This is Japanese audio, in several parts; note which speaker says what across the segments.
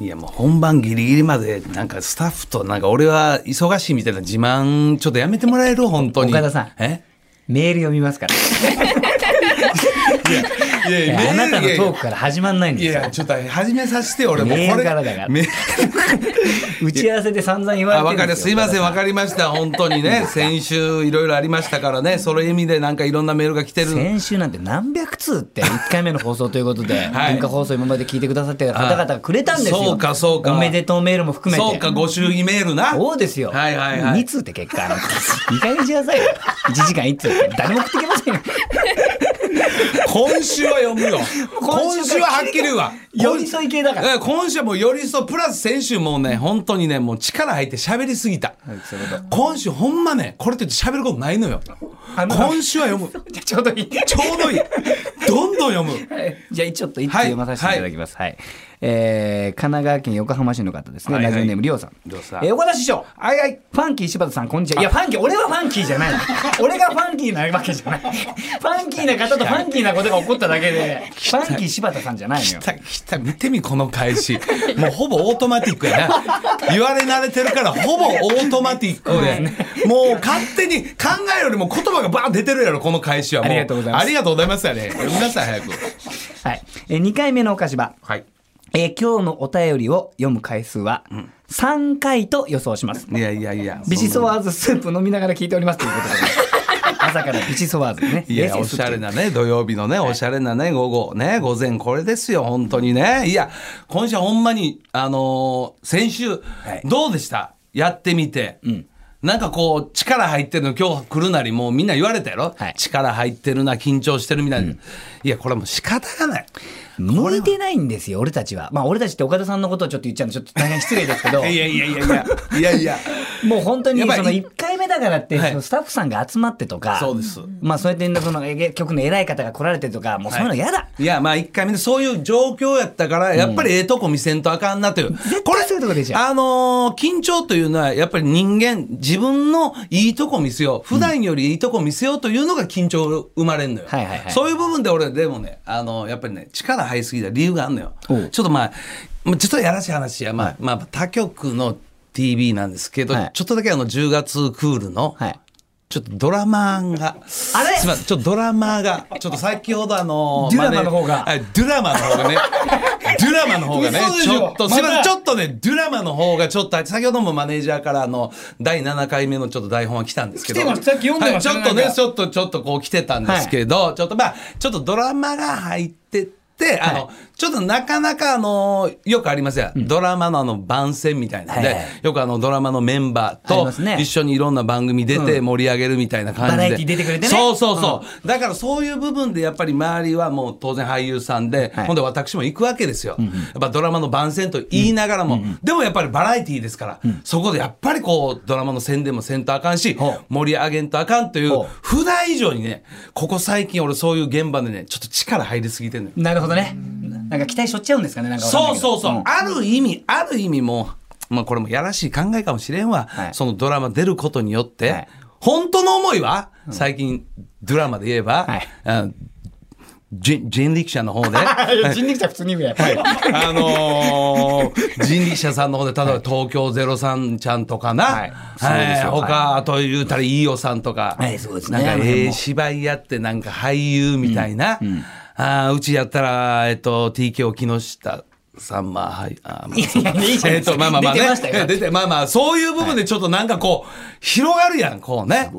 Speaker 1: いやもう本番ギリギリまでなんかスタッフとなんか俺は忙しいみたいな自慢ちょっとやめてもらえる本当に
Speaker 2: 岡田さん
Speaker 1: え
Speaker 2: メール読みますから。
Speaker 1: いやい
Speaker 2: いやあなたのトー
Speaker 1: ク
Speaker 2: クから始まんないん
Speaker 1: い
Speaker 2: で
Speaker 1: や
Speaker 2: す
Speaker 1: い
Speaker 2: よ
Speaker 1: や。ちょっと始めさせて俺もう
Speaker 2: メールからだから
Speaker 1: メール
Speaker 2: 打ち合わせで散々言わ
Speaker 1: あ、
Speaker 2: れ
Speaker 1: わ
Speaker 2: てる
Speaker 1: か
Speaker 2: んで
Speaker 1: り
Speaker 2: す
Speaker 1: すいません、わ
Speaker 2: り
Speaker 1: かりました。本当 にね、先週いろいろありましたからね、その意味でなんかいろんなメールが来てる。
Speaker 2: 先週なんて何百通 って1回目の放送ということで、
Speaker 1: はい
Speaker 2: 文化放送今まで聞いてくださってる方々がくれたんですよ。
Speaker 1: そうかそうか
Speaker 2: おめでとうメールも含めて。
Speaker 1: そうか、ご祝儀メールな。
Speaker 2: そうですよ。
Speaker 1: はいはいはい
Speaker 2: 2通って結果、あの、2回にしなさいよ。1時間1通。誰も送ってきませんよ。
Speaker 1: 今週は読む よ。 今週ははっきり言うわ。
Speaker 2: 寄り添い系だから。
Speaker 1: え今週はもう寄り添う、プラス先週もうね、本当にね、もう力入って喋りすぎた。
Speaker 2: そういうこ
Speaker 1: 今週ほんまね、これって喋ることないのよ。
Speaker 2: あの
Speaker 1: 今週は読む。
Speaker 2: とじゃあちょうどいい。
Speaker 1: ちょうどいい。どんどん読む。
Speaker 2: はいじゃあちょっと一通
Speaker 1: はい
Speaker 2: 読まさせていただきます。はい。えー神奈川県横浜市の方ですね。
Speaker 1: はいはい
Speaker 2: ラジオネームりょうさん。
Speaker 1: りょうさん
Speaker 2: えー岡田師匠。
Speaker 1: あいあい。
Speaker 2: ファンキー柴田さんこんにちは。いやファンキー俺はファンキーじ ゃない。俺がファンキーなわけじゃない。ファンキーな方とファンキーなことが起こっただけで、ファンキー柴田さんじゃないのよ
Speaker 1: 来。た来た見てみこの返しもうほぼオートマティックやな言われ慣れてるからほぼオートマティックでもう勝手に考えよりも言葉がバーン出てるやろこの返しはもう
Speaker 2: ありがとうございます
Speaker 1: ありがとうございますやね読みなさい早く
Speaker 2: はい。えー二回目のお菓子場。
Speaker 1: はい
Speaker 2: えー今日のお便りを読む回数は三回と予想します。
Speaker 1: いやいやいや
Speaker 2: ビシソワーズスープ飲みながら聞いておりますということで。 朝からビシソワーズね。
Speaker 1: いやおしゃれなね土曜日のねおしゃれなね午後ね午前これですよ本当にねいや今週はほんまにあのー先週
Speaker 2: い
Speaker 1: どうでしたやってみてなんかこう力入ってるの今日来るなりもうみんな言われたやろ
Speaker 2: はい
Speaker 1: 力入ってるな緊張してるみたいないやこれはもう仕方がない
Speaker 2: 向いてないんですよ、俺たちは。まあ、俺たちって岡田さんのことをちょっと言っちゃうの、ちょっと大変失礼ですけど、
Speaker 1: いやいやいやいやいやいや
Speaker 2: もう本当に
Speaker 1: や
Speaker 2: そ
Speaker 1: ばい
Speaker 2: の1回目だからって、
Speaker 1: はい
Speaker 2: そのスタッフさんが集まってとか、
Speaker 1: そうです
Speaker 2: まあ、そうやってそのえ局の偉い方が来られてとか、もうそういうの嫌だ、
Speaker 1: いやまあ一回目でそういう状況やったからやっぱりええとこ見せんとあかんなという、
Speaker 2: 対
Speaker 1: これ
Speaker 2: そういうとこ出ちゃ
Speaker 1: あのー緊張というのはやっぱり人間自分のいいとこ見せよう普段よりいいとこ見せようというのが緊張生まれんのよ、
Speaker 2: はいはいはい
Speaker 1: そういう部分で俺でもねあのーやっぱりね力入りすぎた理由があるのよ
Speaker 2: おう
Speaker 1: ちょっとまあまあちょっとやらしい話や、まあまあ他局の TV なんですけど、
Speaker 2: はい
Speaker 1: ちょっとだけあの10月クールの、
Speaker 2: はい
Speaker 1: ちょっとドラマが、
Speaker 2: あれ
Speaker 1: すいません、ちょっとドラマが、ちょっと先ほどあの
Speaker 2: デュラマの方が
Speaker 1: マネあドゥラマの方が ね、ドゥラマの方がね
Speaker 2: 嘘、でし
Speaker 1: ち
Speaker 2: ょ
Speaker 1: ょっと、すいません、
Speaker 2: また
Speaker 1: ちょっとね、ドゥラマの方がちょっと、先ほどもマネージャーからあの、第7回目のちょっと台本は来たんですけど、
Speaker 2: 来てますさっき読んでましたね
Speaker 1: はいちょっとね、
Speaker 2: なんか
Speaker 1: ちょっと、ちょっとこう来てたんですけど、ちょっとまあ、ちょっとドラマが入ってて、あの、
Speaker 2: は
Speaker 1: ちょっとなかなかあの、よくありますや、ん、ドラマのあの番宣みたいなんで、
Speaker 2: はいはい
Speaker 1: よくあのドラマのメンバー
Speaker 2: あり
Speaker 1: と
Speaker 2: ますね
Speaker 1: 一緒にいろんな番組出て盛り上げるみたいな感じで、
Speaker 2: バラエティ出てくれてね
Speaker 1: そうそうそう、だからそういう部分でやっぱり周りはもう当然俳優さんで、
Speaker 2: はい
Speaker 1: ほんで私も行くわけですよ、やっぱドラマの番宣と言いながらも、でもやっぱりバラエティーですから、そこでやっぱりこうドラマの宣伝もせんとあかんし
Speaker 2: ほう
Speaker 1: 盛り上げんとあかんとい
Speaker 2: ほ
Speaker 1: う
Speaker 2: う
Speaker 1: 普段以上にねここ最近俺そういう現場でねちょっと力入りすぎてんのよ
Speaker 2: なるほどね。なんか期待しょっちゃうんですかね、なんかわかん
Speaker 1: そ
Speaker 2: ないうけど
Speaker 1: そうそう、
Speaker 2: ん
Speaker 1: ある意味ある意味もう、まあ、これもやらしい考えかもしれんわ、
Speaker 2: はい
Speaker 1: そのドラマ出ることによって、
Speaker 2: はい
Speaker 1: 本当の思いは、最近ドラマで言えば、
Speaker 2: はい
Speaker 1: あ人人力車の方 で
Speaker 2: いや人力車普通に言うやん。
Speaker 1: あのー人力車さんの方で例えば東京03ちゃんとかな、
Speaker 2: はいそうですよ
Speaker 1: 他、
Speaker 2: は
Speaker 1: あと言うたら飯尾さんとか、
Speaker 2: はいそうですね
Speaker 1: なん
Speaker 2: あの
Speaker 1: か
Speaker 2: 辺も
Speaker 1: ええ芝居やってなんか俳優みたいな、うあーうちやったら、えっと、TKO 木下さんまあはいあーまあ
Speaker 2: いやいやいいじゃない
Speaker 1: え
Speaker 2: で
Speaker 1: っ
Speaker 2: すか
Speaker 1: とまあまあまあね
Speaker 2: 出てましたよ
Speaker 1: え 出てまあまあそういう部分でちょっとなんかこう広がるやんこうね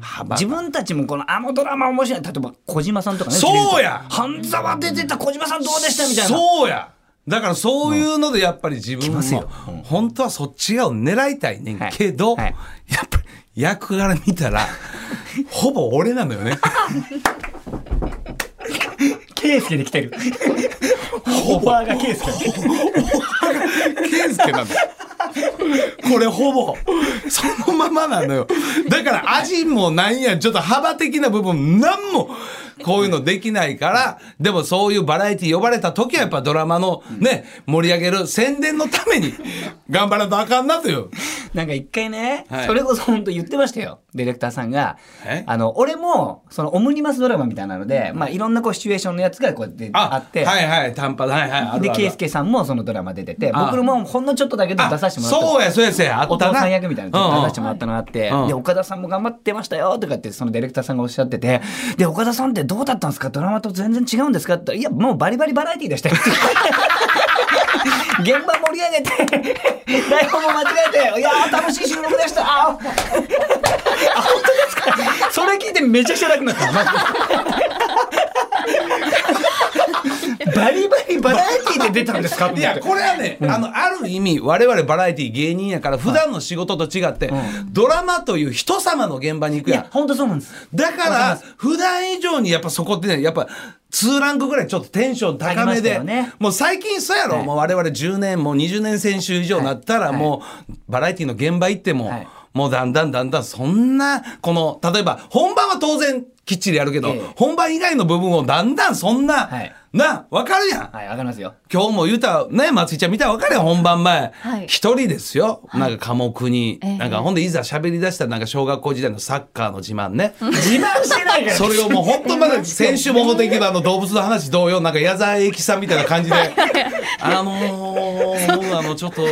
Speaker 1: 幅が
Speaker 2: 自分たちもこのあのドラマ面白い例えば小島さんとかね
Speaker 1: そうや
Speaker 2: 半沢出てた小島さんどうでしたみたいな
Speaker 1: そうやだからそういうのでやっぱり自分も
Speaker 2: ますよ
Speaker 1: 本当はそっち側を狙いたいねんけど、
Speaker 2: はいはい
Speaker 1: やっぱり役柄見たら ほぼ俺なのよね
Speaker 2: ケイスケで来てるオファーがケイスケ
Speaker 1: 圭介なのこれほぼそのままなのよだから味もなんやちょっと幅的な部分何もこういうのできないからでもそういうバラエティ呼ばれた時はやっぱドラマのね盛り上げる宣伝のために頑張らなとあかんなという
Speaker 2: なんか一回ね、
Speaker 1: はい
Speaker 2: それこそ本当言ってましたよディレクターさんが
Speaker 1: え
Speaker 2: あの俺もそのオムニバスドラマみたいなので、まあ、いろんなこうシチュエーションのやつがこうやってあって。
Speaker 1: はいはい短パンはいはいあるある
Speaker 2: で圭介さんもそのドラマ出てて
Speaker 1: あ
Speaker 2: 僕もほんのちょっとだけでも出させてもらった
Speaker 1: そうやそうやそうやあ
Speaker 2: お
Speaker 1: った
Speaker 2: 父
Speaker 1: な
Speaker 2: さん役みたいなの
Speaker 1: うんうん
Speaker 2: 出させてもらったのがあって、
Speaker 1: うん
Speaker 2: で岡田さんも頑張ってましたよとかってそのディレクターさんがおっしゃっててで岡田さんってどうだったんですかドラマと全然違うんですかって言ったらいやもうバリバリバラエティーでしたよ 現場盛り上げて 台本も間違えていやー楽しい収録でしたあーあ本当ですかそれ聞いてめちゃくちゃ楽になったマジでバリバリバラエティーで出たんですかって
Speaker 1: いやこれはね、あのある意味我々バラエティ芸人やから普段の仕事と違って、ドラマという人様の現場に行く
Speaker 2: い
Speaker 1: やん
Speaker 2: や本当そうなんです
Speaker 1: だから普段以上にやっぱそこってねやっぱ2ランクぐらいちょっとテンション高め
Speaker 2: 上
Speaker 1: で、
Speaker 2: がりますよね
Speaker 1: もう最近そうやろ、もう我々10年もう20年選手以上になったら
Speaker 2: はい
Speaker 1: もう、バラエティの現場行っても、
Speaker 2: はい
Speaker 1: もうだんだんだんだんそんなこの例えば本番は当然きっちりやるけど、
Speaker 2: ええ
Speaker 1: 本番以外の部分をだんだんそんな、
Speaker 2: はい
Speaker 1: なわかるやん、
Speaker 2: はいわかりますよ
Speaker 1: 今日も言うたらね松井ちゃん見たら分かるよ本番前一、
Speaker 3: はい
Speaker 1: 人ですよなんか科目に、
Speaker 3: ええ
Speaker 1: なんかほんでいざ喋り出したなんか小学校時代のサッカーの自慢ね、
Speaker 2: 自慢してないから
Speaker 1: それをもう本当まだ先週もほど言ってたあの動物の話同様なんか矢沢永吉さんみたいな感じで「あのー、僕あのちょっと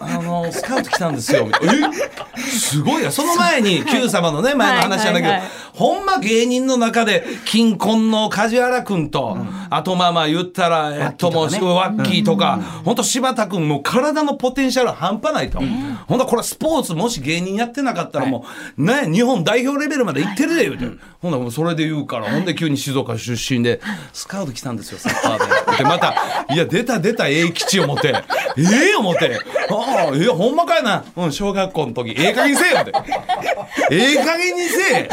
Speaker 1: あのスカウト来たんですよ」みたいな「えすごいなその前に Q 様のね前の話なんだけど、
Speaker 3: はいはいはい
Speaker 1: ほんま芸人の中で金婚の梶原君と、あとまあまあ言ったらえっともう
Speaker 2: ワッキーとかね
Speaker 1: すごいワッキーとか、ほんと柴田君もう体のポテンシャル半端ないと、ほんとこれスポーツもし芸人やってなかったらもう、ね日本代表レベルまで行ってるでよ、ってほんならもうそれで言うから、ほんで急に静岡出身で、スカウト来たんですよサッカ ーででまた「いや出た出た永吉」思って「ええ思って「ああええほんまかいな、うん、小学校の時ええ加減にせえよ」って「ええ加減にせえ」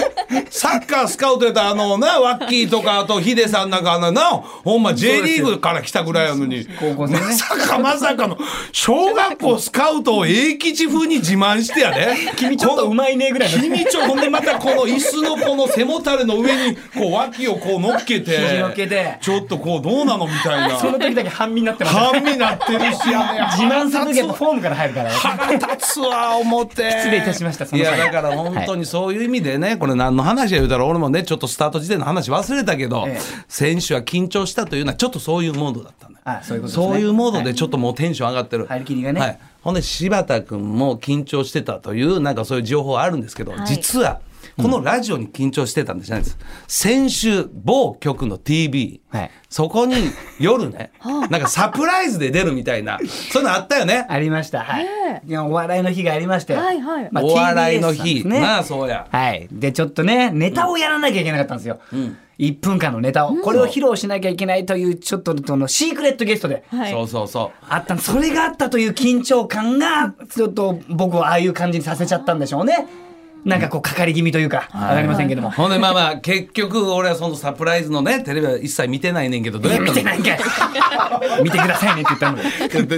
Speaker 1: サッカースカウトやったらあのなワッキーとかあとヒデさんなんかあのなほんま J リーグから来たぐらいやのに
Speaker 2: 高校生ね
Speaker 1: まさかまさかの小学校スカウトを永吉風に自慢してやで、
Speaker 2: 君ちょっとうまいねぐらい の
Speaker 1: 君ちょほんでまたこの椅子のこの背もたれの上にこう脇をこう乗っけて
Speaker 2: 肘乗っけて
Speaker 1: ちょっとこうどうなのみたいな
Speaker 2: その時だけ半身になってます
Speaker 1: 半身なってるしやね
Speaker 2: 自慢する時はフォームから入るから
Speaker 1: 腹立つわ思って
Speaker 2: 失礼いたしましたそ
Speaker 1: い
Speaker 2: の際
Speaker 1: やだから本当にそういう意味でね、これ何の話や言うたら俺もねちょっとスタート時点の話忘れたけど、
Speaker 2: ええ
Speaker 1: 選手は緊張したというのはちょっとそういうモードだったんだよ
Speaker 2: あそういうことですね
Speaker 1: そういうモードでちょっともうテンション上がってる、
Speaker 2: 入りきりがね
Speaker 1: はい、ほんで柴田君も緊張してたというなんかそういう情報はあるんですけど、
Speaker 3: はい
Speaker 1: 実はこのラジオに緊張してたんじゃないです、先週某局の TV、
Speaker 2: はい
Speaker 1: そこに夜 ねなんかサプライズで出るみたいなそういうのあったよね
Speaker 2: ありましたはい
Speaker 3: え
Speaker 2: いやお笑いの日がありまして
Speaker 3: はいはい
Speaker 2: まあ
Speaker 1: お笑いの日、
Speaker 2: TBS さんです
Speaker 1: な
Speaker 2: ね
Speaker 1: あそうや
Speaker 2: はいでちょっとねネタをやらなきゃいけなかったんですよ1分間のネタをこれを披露しなきゃいけないというちょっとそのシークレットゲストで
Speaker 3: はい
Speaker 1: そうそうそ
Speaker 2: あったそれがあったという緊張感がちょっと僕をああいう感じにさせちゃったんでしょうねなんかこうかかり気味というかわかりませんけど
Speaker 1: う
Speaker 2: も
Speaker 1: ほんでまあ まあ結局俺はそのサプライズのねテレビは一切見てないねんけどどうやった
Speaker 2: 見
Speaker 1: の
Speaker 2: てないんかい 見てくださいねって言ったので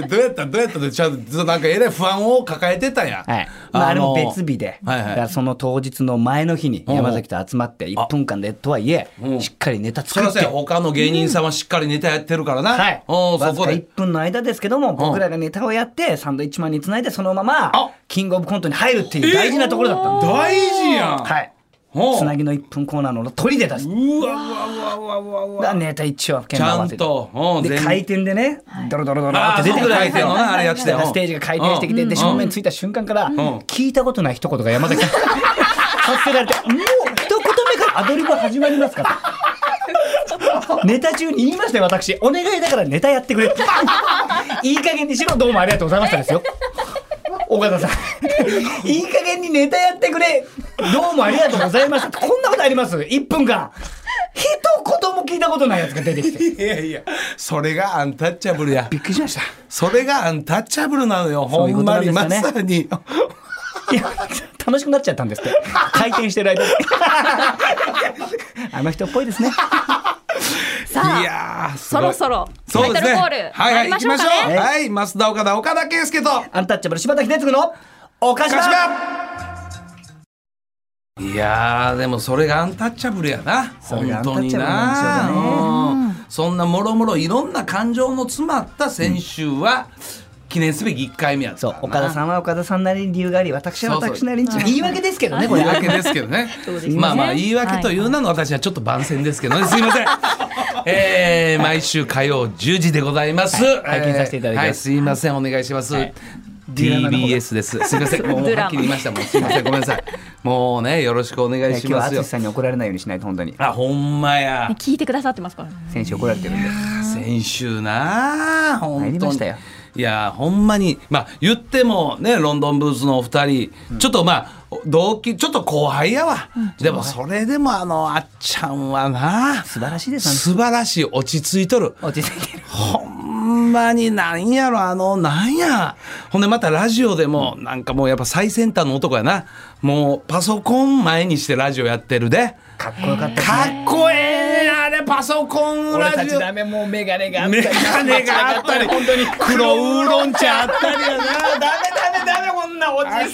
Speaker 1: ででどうやったどうやったでちゃんとなんかえらい不安を抱えてたんや
Speaker 2: はいまあ、あれも別日で、
Speaker 1: はい
Speaker 2: だ
Speaker 1: は
Speaker 2: か
Speaker 1: い
Speaker 2: らその当日の前の日に
Speaker 1: んうん
Speaker 2: 山崎と集まって1分間でとはいえ
Speaker 1: うん
Speaker 2: しっかりネタ
Speaker 1: そ
Speaker 2: 作
Speaker 1: りゃ
Speaker 2: っ
Speaker 1: そう
Speaker 2: て
Speaker 1: や。他の芸人さんはしっかりネタやってるからな、
Speaker 2: はい、
Speaker 1: おう
Speaker 2: わ
Speaker 1: そ
Speaker 2: ず
Speaker 1: こ
Speaker 2: か
Speaker 1: で
Speaker 2: 1分の間ですけども僕らがネタをやってサンドイッチマンにつないでそのまま
Speaker 1: あ
Speaker 2: キングオブコントに入るっていう大事なところだったんで
Speaker 1: 大事やん、
Speaker 2: はい、
Speaker 1: おう
Speaker 2: つなぎの1分コーナーの取り出たし
Speaker 1: うわうわうわうわうわうわ
Speaker 2: がネタ一応
Speaker 1: ちゃんとおう
Speaker 2: で
Speaker 1: 全
Speaker 2: 回転でね、ドロドロドロって出てくるわけですよ
Speaker 1: あーそう回転のなあれやってたよ
Speaker 2: ステージが回転してきて、
Speaker 1: うん
Speaker 2: で
Speaker 1: うん
Speaker 2: 正面ついた瞬間から、聞いたことない一言が山崎さん発せられてもう一言目からアドリブ始まりますからネタ中に言いましたよ私お願いだからネタやってくれっていい加減にしろどうもありがとうございましたですよ岡田さんいい加減にネタやってくれどうもありがとうございましたこんなことあります1分間一言も聞いたことないやつが出てきて
Speaker 1: いやいやそれがアンタッチャブルや
Speaker 2: びっくりしました
Speaker 1: それがアンタッチャブルなのよ
Speaker 2: そ
Speaker 1: ほ
Speaker 2: ういうんことな
Speaker 1: ま
Speaker 2: ん
Speaker 1: に
Speaker 2: ですよ
Speaker 1: ま
Speaker 2: ね
Speaker 1: さに
Speaker 2: いや楽しくなっちゃったんですって回転してる間に あの人っぽいですね
Speaker 3: さあ
Speaker 1: いやーす
Speaker 3: そ
Speaker 1: ご
Speaker 3: ろ
Speaker 1: い
Speaker 3: そろタ
Speaker 1: そ
Speaker 3: イ
Speaker 1: う
Speaker 3: ト
Speaker 1: です
Speaker 3: ル
Speaker 1: ね
Speaker 3: コール
Speaker 1: はいはい
Speaker 3: 参
Speaker 1: 行
Speaker 3: りま
Speaker 1: き
Speaker 3: しょ
Speaker 1: ま
Speaker 3: う
Speaker 1: しょ
Speaker 3: か
Speaker 1: う
Speaker 3: ね
Speaker 1: はい増田岡田岡田圭佑と
Speaker 2: アンタッチャブル柴田秀嗣のおかし
Speaker 1: 鹿
Speaker 2: ば
Speaker 1: 島いやーでもそれがアンタッチャブルやな
Speaker 2: れがア
Speaker 1: 本
Speaker 2: ンタ
Speaker 1: 当
Speaker 2: ッ
Speaker 1: に
Speaker 2: チャブルな
Speaker 1: なん
Speaker 2: ですよね
Speaker 1: うんそんなもろもろいろんな感情の詰まった先週は、記念すべき1回目やった
Speaker 2: そ
Speaker 1: な
Speaker 2: う岡田さんは岡田さんなりに理由があり私は私なりに
Speaker 3: そうそう
Speaker 2: 言い訳ですけどねこれ
Speaker 1: 言い訳ですけどね
Speaker 3: そうですね
Speaker 1: まあまあ言い訳という名の私はちょっと番宣ですけどねすいませんえー毎週火曜10時でございます、
Speaker 2: 拝見させていただきま
Speaker 1: えーは
Speaker 2: す
Speaker 1: いすいませんお願いします、
Speaker 2: ディラマの方
Speaker 1: TBS ですすいませんもうはっき
Speaker 3: ドラマ
Speaker 1: り言いましたもんすいませんごめんなさいもうねよろしくお願い
Speaker 2: 今
Speaker 1: し
Speaker 2: 日は
Speaker 1: ますよ
Speaker 2: 淳さんに怒られないようにしないと本当に
Speaker 1: あほんまや
Speaker 3: 聞いてくださってますからね。
Speaker 2: 先週怒られてるんで
Speaker 1: 先週なあ本当
Speaker 2: 参
Speaker 1: に
Speaker 2: りましたよ
Speaker 1: いやほんまにまあ言ってもねロンドンブーツのお二人、ちょっとまあ同期ちょっと後輩やわ、でもそれでもあのあっちゃんはな
Speaker 2: 素晴らしいです
Speaker 1: 素晴らしい落ち着いとる
Speaker 2: 落ち着いてる
Speaker 1: ほんまになんやろあのなんやほんでまたラジオでもなんかもうやっぱ最先端の男やなもうパソコン前にしてラジオやってるで
Speaker 2: かっこよかった
Speaker 1: かっこええなあれパソコンラジオ
Speaker 2: メもうメガネが
Speaker 1: メガネがあったり、本当に黒ウーロン茶あったりやな。
Speaker 2: メダメこんなお
Speaker 1: あかん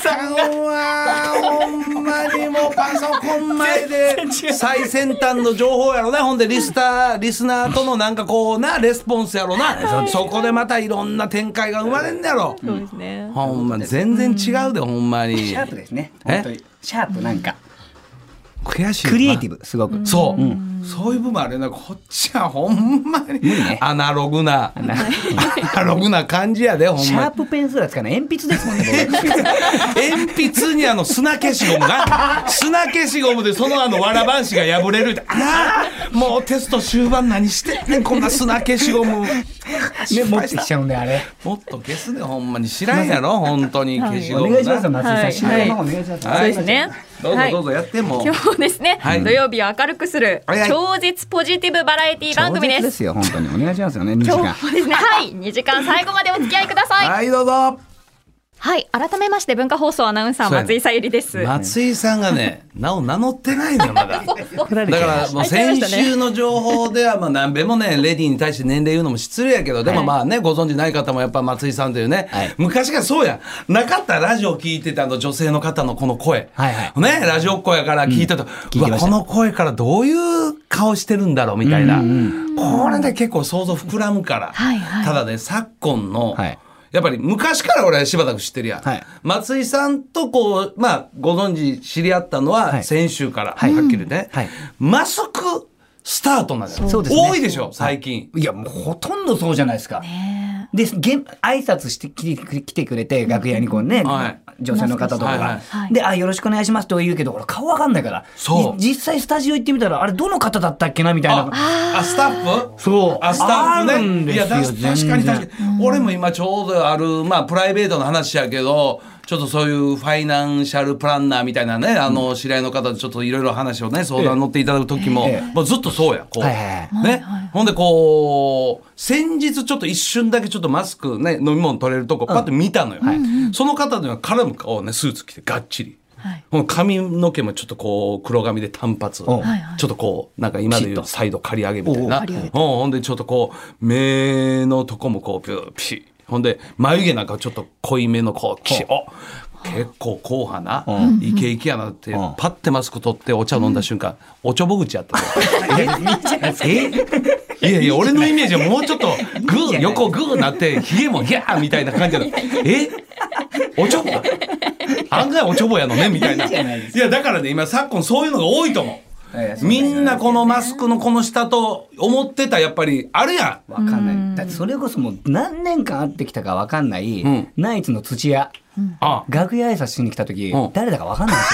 Speaker 1: わほんまにもうパソコン前で最先端の情報やろなほんでリスターリスナーとのなんかこうなレスポンスやろなそこでまたいろんな展開が生まれんねやろ
Speaker 3: そうですね。
Speaker 1: ほんま全然違うでほんまに
Speaker 2: シャープですね
Speaker 1: え
Speaker 2: 本当にシャープなんか
Speaker 1: 悔しいな
Speaker 2: クリエイティブすごく
Speaker 1: そう、そういう部分あるよなこっちはほんまにアナログなアナログな感じやでほんまに
Speaker 2: シャープペンすら使わない鉛筆ですもんね僕
Speaker 1: 鉛筆にあの砂消しゴムが砂消しゴムでそのあのわらばんしが破れるってああもうテスト終盤何してんねんこんな砂消しゴム
Speaker 2: ね持ってきちゃうんだよあれ
Speaker 1: もっと消すでほんまに知らんやろ本当に消しゴ
Speaker 2: お
Speaker 1: ム
Speaker 2: 願いしますよ
Speaker 1: な
Speaker 2: 松井さ
Speaker 3: は
Speaker 2: ん
Speaker 3: い
Speaker 2: しないままお願いします
Speaker 1: はい
Speaker 3: そうですね。
Speaker 1: どうぞ
Speaker 3: はい
Speaker 1: どうぞやってもう
Speaker 3: 今日ですね、
Speaker 1: はい
Speaker 3: 土曜日を明るくする
Speaker 1: はいはい
Speaker 3: 超絶ポジティブバラエティ番組で
Speaker 2: 超
Speaker 3: す
Speaker 2: 絶ですよ本当にお願いしますよね2時
Speaker 3: 今
Speaker 2: 間
Speaker 3: 日もですねはい2時間最後までお付き合いくださいは
Speaker 1: は
Speaker 3: い、
Speaker 1: いどうぞ
Speaker 3: 改めまして文化放送アナウンサー
Speaker 1: そうやね
Speaker 3: 松井さゆりです
Speaker 1: 松井さんがねなお名乗ってないのよまだ
Speaker 2: 怒られ
Speaker 1: だ
Speaker 2: ちゃい
Speaker 1: か
Speaker 2: ました
Speaker 1: らもう先週の情報ではまあ何べもねレディーに対して年齢言うのも失礼やけどでもまあねご存知ない方もやっぱ松井さんというね
Speaker 2: はい
Speaker 1: 昔からそうやなかったラジオ聞いてたあの女性の方のこの声
Speaker 2: はいは
Speaker 1: ねラジオっ子やから聞いたと
Speaker 2: 聞いて
Speaker 1: うわ
Speaker 2: ました
Speaker 1: この声からどういう顔してるんだろうみたいなこれで結構想像膨らむから
Speaker 3: はいはい
Speaker 1: ただね昨今の
Speaker 2: はい
Speaker 1: やっぱり昔から俺は柴田君知ってるやん、
Speaker 2: はい
Speaker 1: 松井さんとこうまあご存知知り合ったの
Speaker 2: は
Speaker 1: はい先週から、は
Speaker 2: はい
Speaker 1: っきりね、
Speaker 2: はい
Speaker 1: マスクスタートなんじゃない
Speaker 2: そうですね
Speaker 1: 多いでしょ最近
Speaker 2: いや、もうほとんどそうじゃないですか。で、現挨拶してきて来てくれて、楽屋にこうね、
Speaker 1: はい
Speaker 2: 女性の方とか
Speaker 1: はいは
Speaker 2: が
Speaker 1: い
Speaker 3: は、い
Speaker 2: で、あ、よろしくお願いしますと言うけど、俺顔わかんないから、
Speaker 1: そう
Speaker 2: い実際スタジオ行ってみたら、あれどの方だったっけなみたい
Speaker 1: あ
Speaker 2: な。
Speaker 1: あスタッフ
Speaker 2: そう
Speaker 1: あスタッ
Speaker 2: あ
Speaker 1: フ
Speaker 2: るん
Speaker 1: ね
Speaker 2: で
Speaker 1: い
Speaker 2: すよ
Speaker 1: やだ確かに
Speaker 2: 全然
Speaker 1: 確かに俺も今ちょうどあるまあプライベートの話やけどちょっとそういうファイナンシャルプランナーみたいなねあの知り合いの方とちょっといろいろ話をね相談に乗っていただく時も
Speaker 2: ええ
Speaker 1: もうずっとそうやこう
Speaker 2: はいはいはい
Speaker 1: ね、ほんでこう、先日ちょっと一瞬だけちょっとマスクね、飲み物取れるとこパッと見たのよ。その方には絡む顔をね、スーツ着てがっちり。
Speaker 3: はい
Speaker 1: ほんで髪の毛もちょっとこう黒髪で短髪、
Speaker 2: おうはい
Speaker 3: はい
Speaker 1: ちょっとこうなんか今で言うサイド刈り上げみたいな
Speaker 3: おう刈り上げ
Speaker 1: ほんほんでちょっとこう目のとこもこうピューピシッほんで眉毛なんかちょっと濃いめのこうキシッお結構硬派なイケイケやなって
Speaker 2: ん
Speaker 1: パッてマスク取ってお茶飲んだ瞬間おちょぼ口やったの
Speaker 2: え
Speaker 1: いやいや、俺のイメージはもうちょ っと、グー、横グーなって、ヒゲもギャーみたいな感じなの。えおちょぼ案外おちょぼやのね、みたいな。
Speaker 2: いい
Speaker 1: い
Speaker 2: じゃないです
Speaker 1: や、だからね、今、昨今そういうのが多いと思う。みんなこのマスクのこの下と思ってた、やっぱり、あるやん。
Speaker 2: わかんない。だってそれこそもう何年間会ってきたかわかんない
Speaker 1: ん、
Speaker 2: ナイツの土屋。
Speaker 1: あ
Speaker 2: 楽屋挨拶しに来た時、
Speaker 1: うん
Speaker 2: 誰だか分かんないんです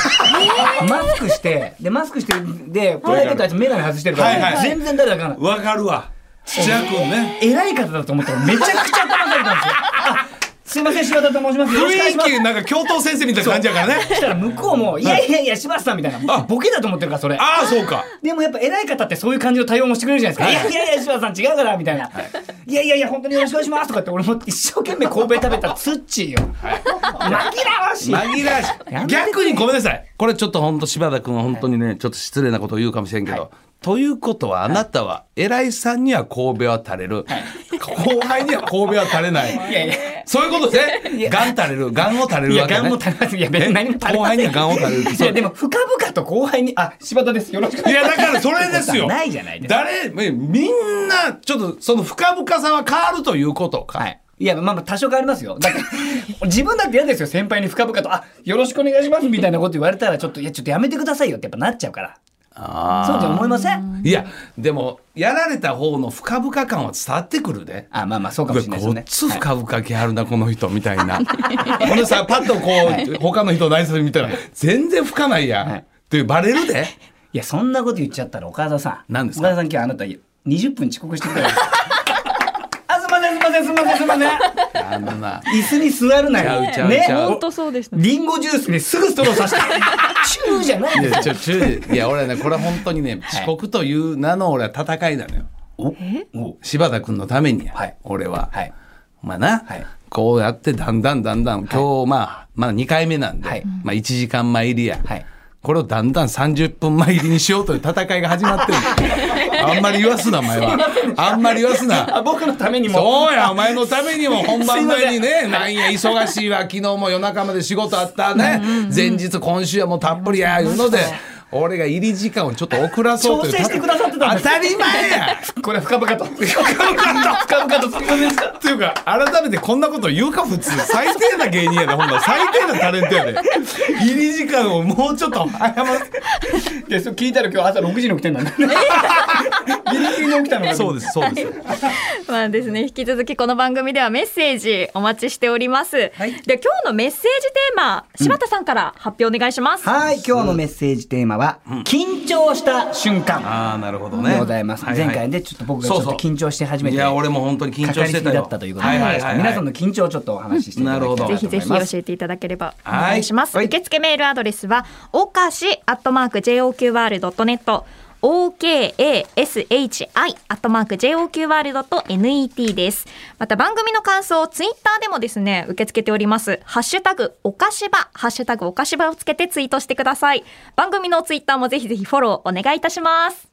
Speaker 2: よ。マスクして、で、マスクして、で、プライベートあいつ眼鏡外してるから、
Speaker 1: はいはい
Speaker 2: 全然誰だか分かんない。
Speaker 1: わかるわ。土屋くんね。
Speaker 2: 偉い方だと思ったらめちゃくちゃ騙されたんですよ。あすいません柴田と申します。よろしくお願いしま
Speaker 1: 雰囲
Speaker 2: す。
Speaker 1: 気、なんか教頭先生みたいな感じやからね。
Speaker 2: そしたら向こうも「いやいやいや柴田さん」みたいなボケだと思ってるからそれ
Speaker 1: ああ、そうか。
Speaker 2: でもやっぱ偉い方ってそういう感じの対応もしてくれるじゃないですか「いやいやいや柴田さん違うから」みたいな「いやいやいや本当によろしくお願いします」とかって俺も一生懸命神戸食べたツッチーよ紛らわしい
Speaker 1: 紛らわし
Speaker 2: や
Speaker 1: い
Speaker 2: めてくれ
Speaker 1: 逆にごめんなさいこれちょっと本当柴田君は本当にね、ちょっと失礼なことを言うかもしれんけど、ということはあなたは偉いさんには神戸は垂れる、後輩には神戸は垂れない
Speaker 2: いやいや
Speaker 1: そういうことですねがん垂れるがんを垂れ
Speaker 2: い
Speaker 1: る
Speaker 2: や、
Speaker 1: わけ
Speaker 2: ガン
Speaker 1: ね
Speaker 2: も垂れません。いや、別に何も垂れ
Speaker 1: 後
Speaker 2: ま
Speaker 1: 輩
Speaker 2: せん。
Speaker 1: にはガンを垂れる
Speaker 2: いや、でも、深々と後輩に、あ、柴田です。よろしく。
Speaker 1: いやだからそれですよ
Speaker 2: ないじゃないですか。
Speaker 1: 誰みんなちょっとその深々さは変わるということか、
Speaker 2: はいいや、まあまあ多少変わりますよ。だって、自分だって嫌ですよ。先輩に深々と、あ、よろしくお願いしますみたいなこと言われたら、ちょっと、いや、ちょっとやめてくださいよってやっぱなっちゃうから。
Speaker 1: あ
Speaker 2: そうじゃ思いません
Speaker 1: ーいやでもやられた方の深々感は伝わってくるで、
Speaker 2: あ、まあまあ、そうかもしれないです
Speaker 1: こ
Speaker 2: よ
Speaker 1: っ
Speaker 2: ね。
Speaker 1: ち深々気あるな、この人みたいなほんでさパッとこう他の人の挨拶見たら全然吹かないやん、
Speaker 2: はい
Speaker 1: ってバレるで
Speaker 2: いや、そんなこと言っちゃったら岡田さん。
Speaker 1: 何ですか
Speaker 2: 岡田さん今日あなた20分遅刻してくれたんです よあ、すいません、すいません、すいません、すいません。
Speaker 1: あのな
Speaker 2: 椅子に座るなよ。
Speaker 1: ちゃうちゃうちゃう
Speaker 3: 本当そうでしたね
Speaker 2: リンゴジュースにすぐストローさせ て。チューじゃないん
Speaker 1: い
Speaker 2: で
Speaker 1: や
Speaker 2: す
Speaker 1: ち
Speaker 2: よ。
Speaker 1: ょちょいや俺はねこれは本当にね
Speaker 2: い
Speaker 1: 遅刻という名の俺は戦いなのよ
Speaker 2: おお
Speaker 1: 柴田君のためにや、
Speaker 2: はい
Speaker 1: 俺は、
Speaker 2: はい。
Speaker 1: まあな、
Speaker 2: はい
Speaker 1: こうやってだんだんだんだん今日まあまあ2回目なんで、
Speaker 2: はい
Speaker 1: まあ1時間前入りや、
Speaker 2: はい
Speaker 1: これをだんだん30分前入りにしようという戦いが始 まってるあんまり言わすなお前はあんまり言わすな
Speaker 2: あ、僕のためにも。
Speaker 1: そうやお前のため にも本番前に
Speaker 2: すいま
Speaker 1: ねなんや忙しいわ昨日も夜中まで仕事あったね前日今週はもうたっぷりやいうので俺が入り時間をちょっと遅らそうという
Speaker 2: 調整してくださってたんです
Speaker 1: 当たり前や
Speaker 2: これ深々と。深々と。深々と。すいませんでした。
Speaker 1: っていうか改めてこんなこと言うか普通最低な芸人やでほんま最低なタレントやで入り時間をもうちょっと早ま
Speaker 2: で、それ聞いたら今日朝6時に起きてんだね。 ギリギリに起きたのが。
Speaker 1: そうですそうです
Speaker 3: まあですね引き続きこの番組ではメッセージお待ちしております、
Speaker 2: はい
Speaker 3: で今日のメッセージテーマ柴田さんから発表お願いします、
Speaker 2: はい、今日のメッセージテーマは、緊張した瞬間
Speaker 1: ああなるほど
Speaker 2: でございます。前回
Speaker 1: ね
Speaker 2: ね、ちょっと僕がちょっと緊張して初め
Speaker 1: い
Speaker 2: て。
Speaker 1: や俺も本当に緊張して
Speaker 2: かかりす
Speaker 1: た
Speaker 2: ぎだ
Speaker 1: よ
Speaker 2: ったということでございまして、皆さんの緊張をちょっとお話ししていただきたいと思い
Speaker 3: ぜ
Speaker 2: ます。
Speaker 3: ひぜひ教えていただければお願いします。
Speaker 1: はい
Speaker 3: 受付メールアドレスは、おかしアットマーク JOQR.net、OKASHI アットマーク JOQR.net です。また番組の感想をツイッターでもですね、受け付けております。ハッシュタグ、おかしば、ハッシュタグ、おかしばをつけてツイートしてください。番組のツイッターもぜひぜひフォローお願いいたします。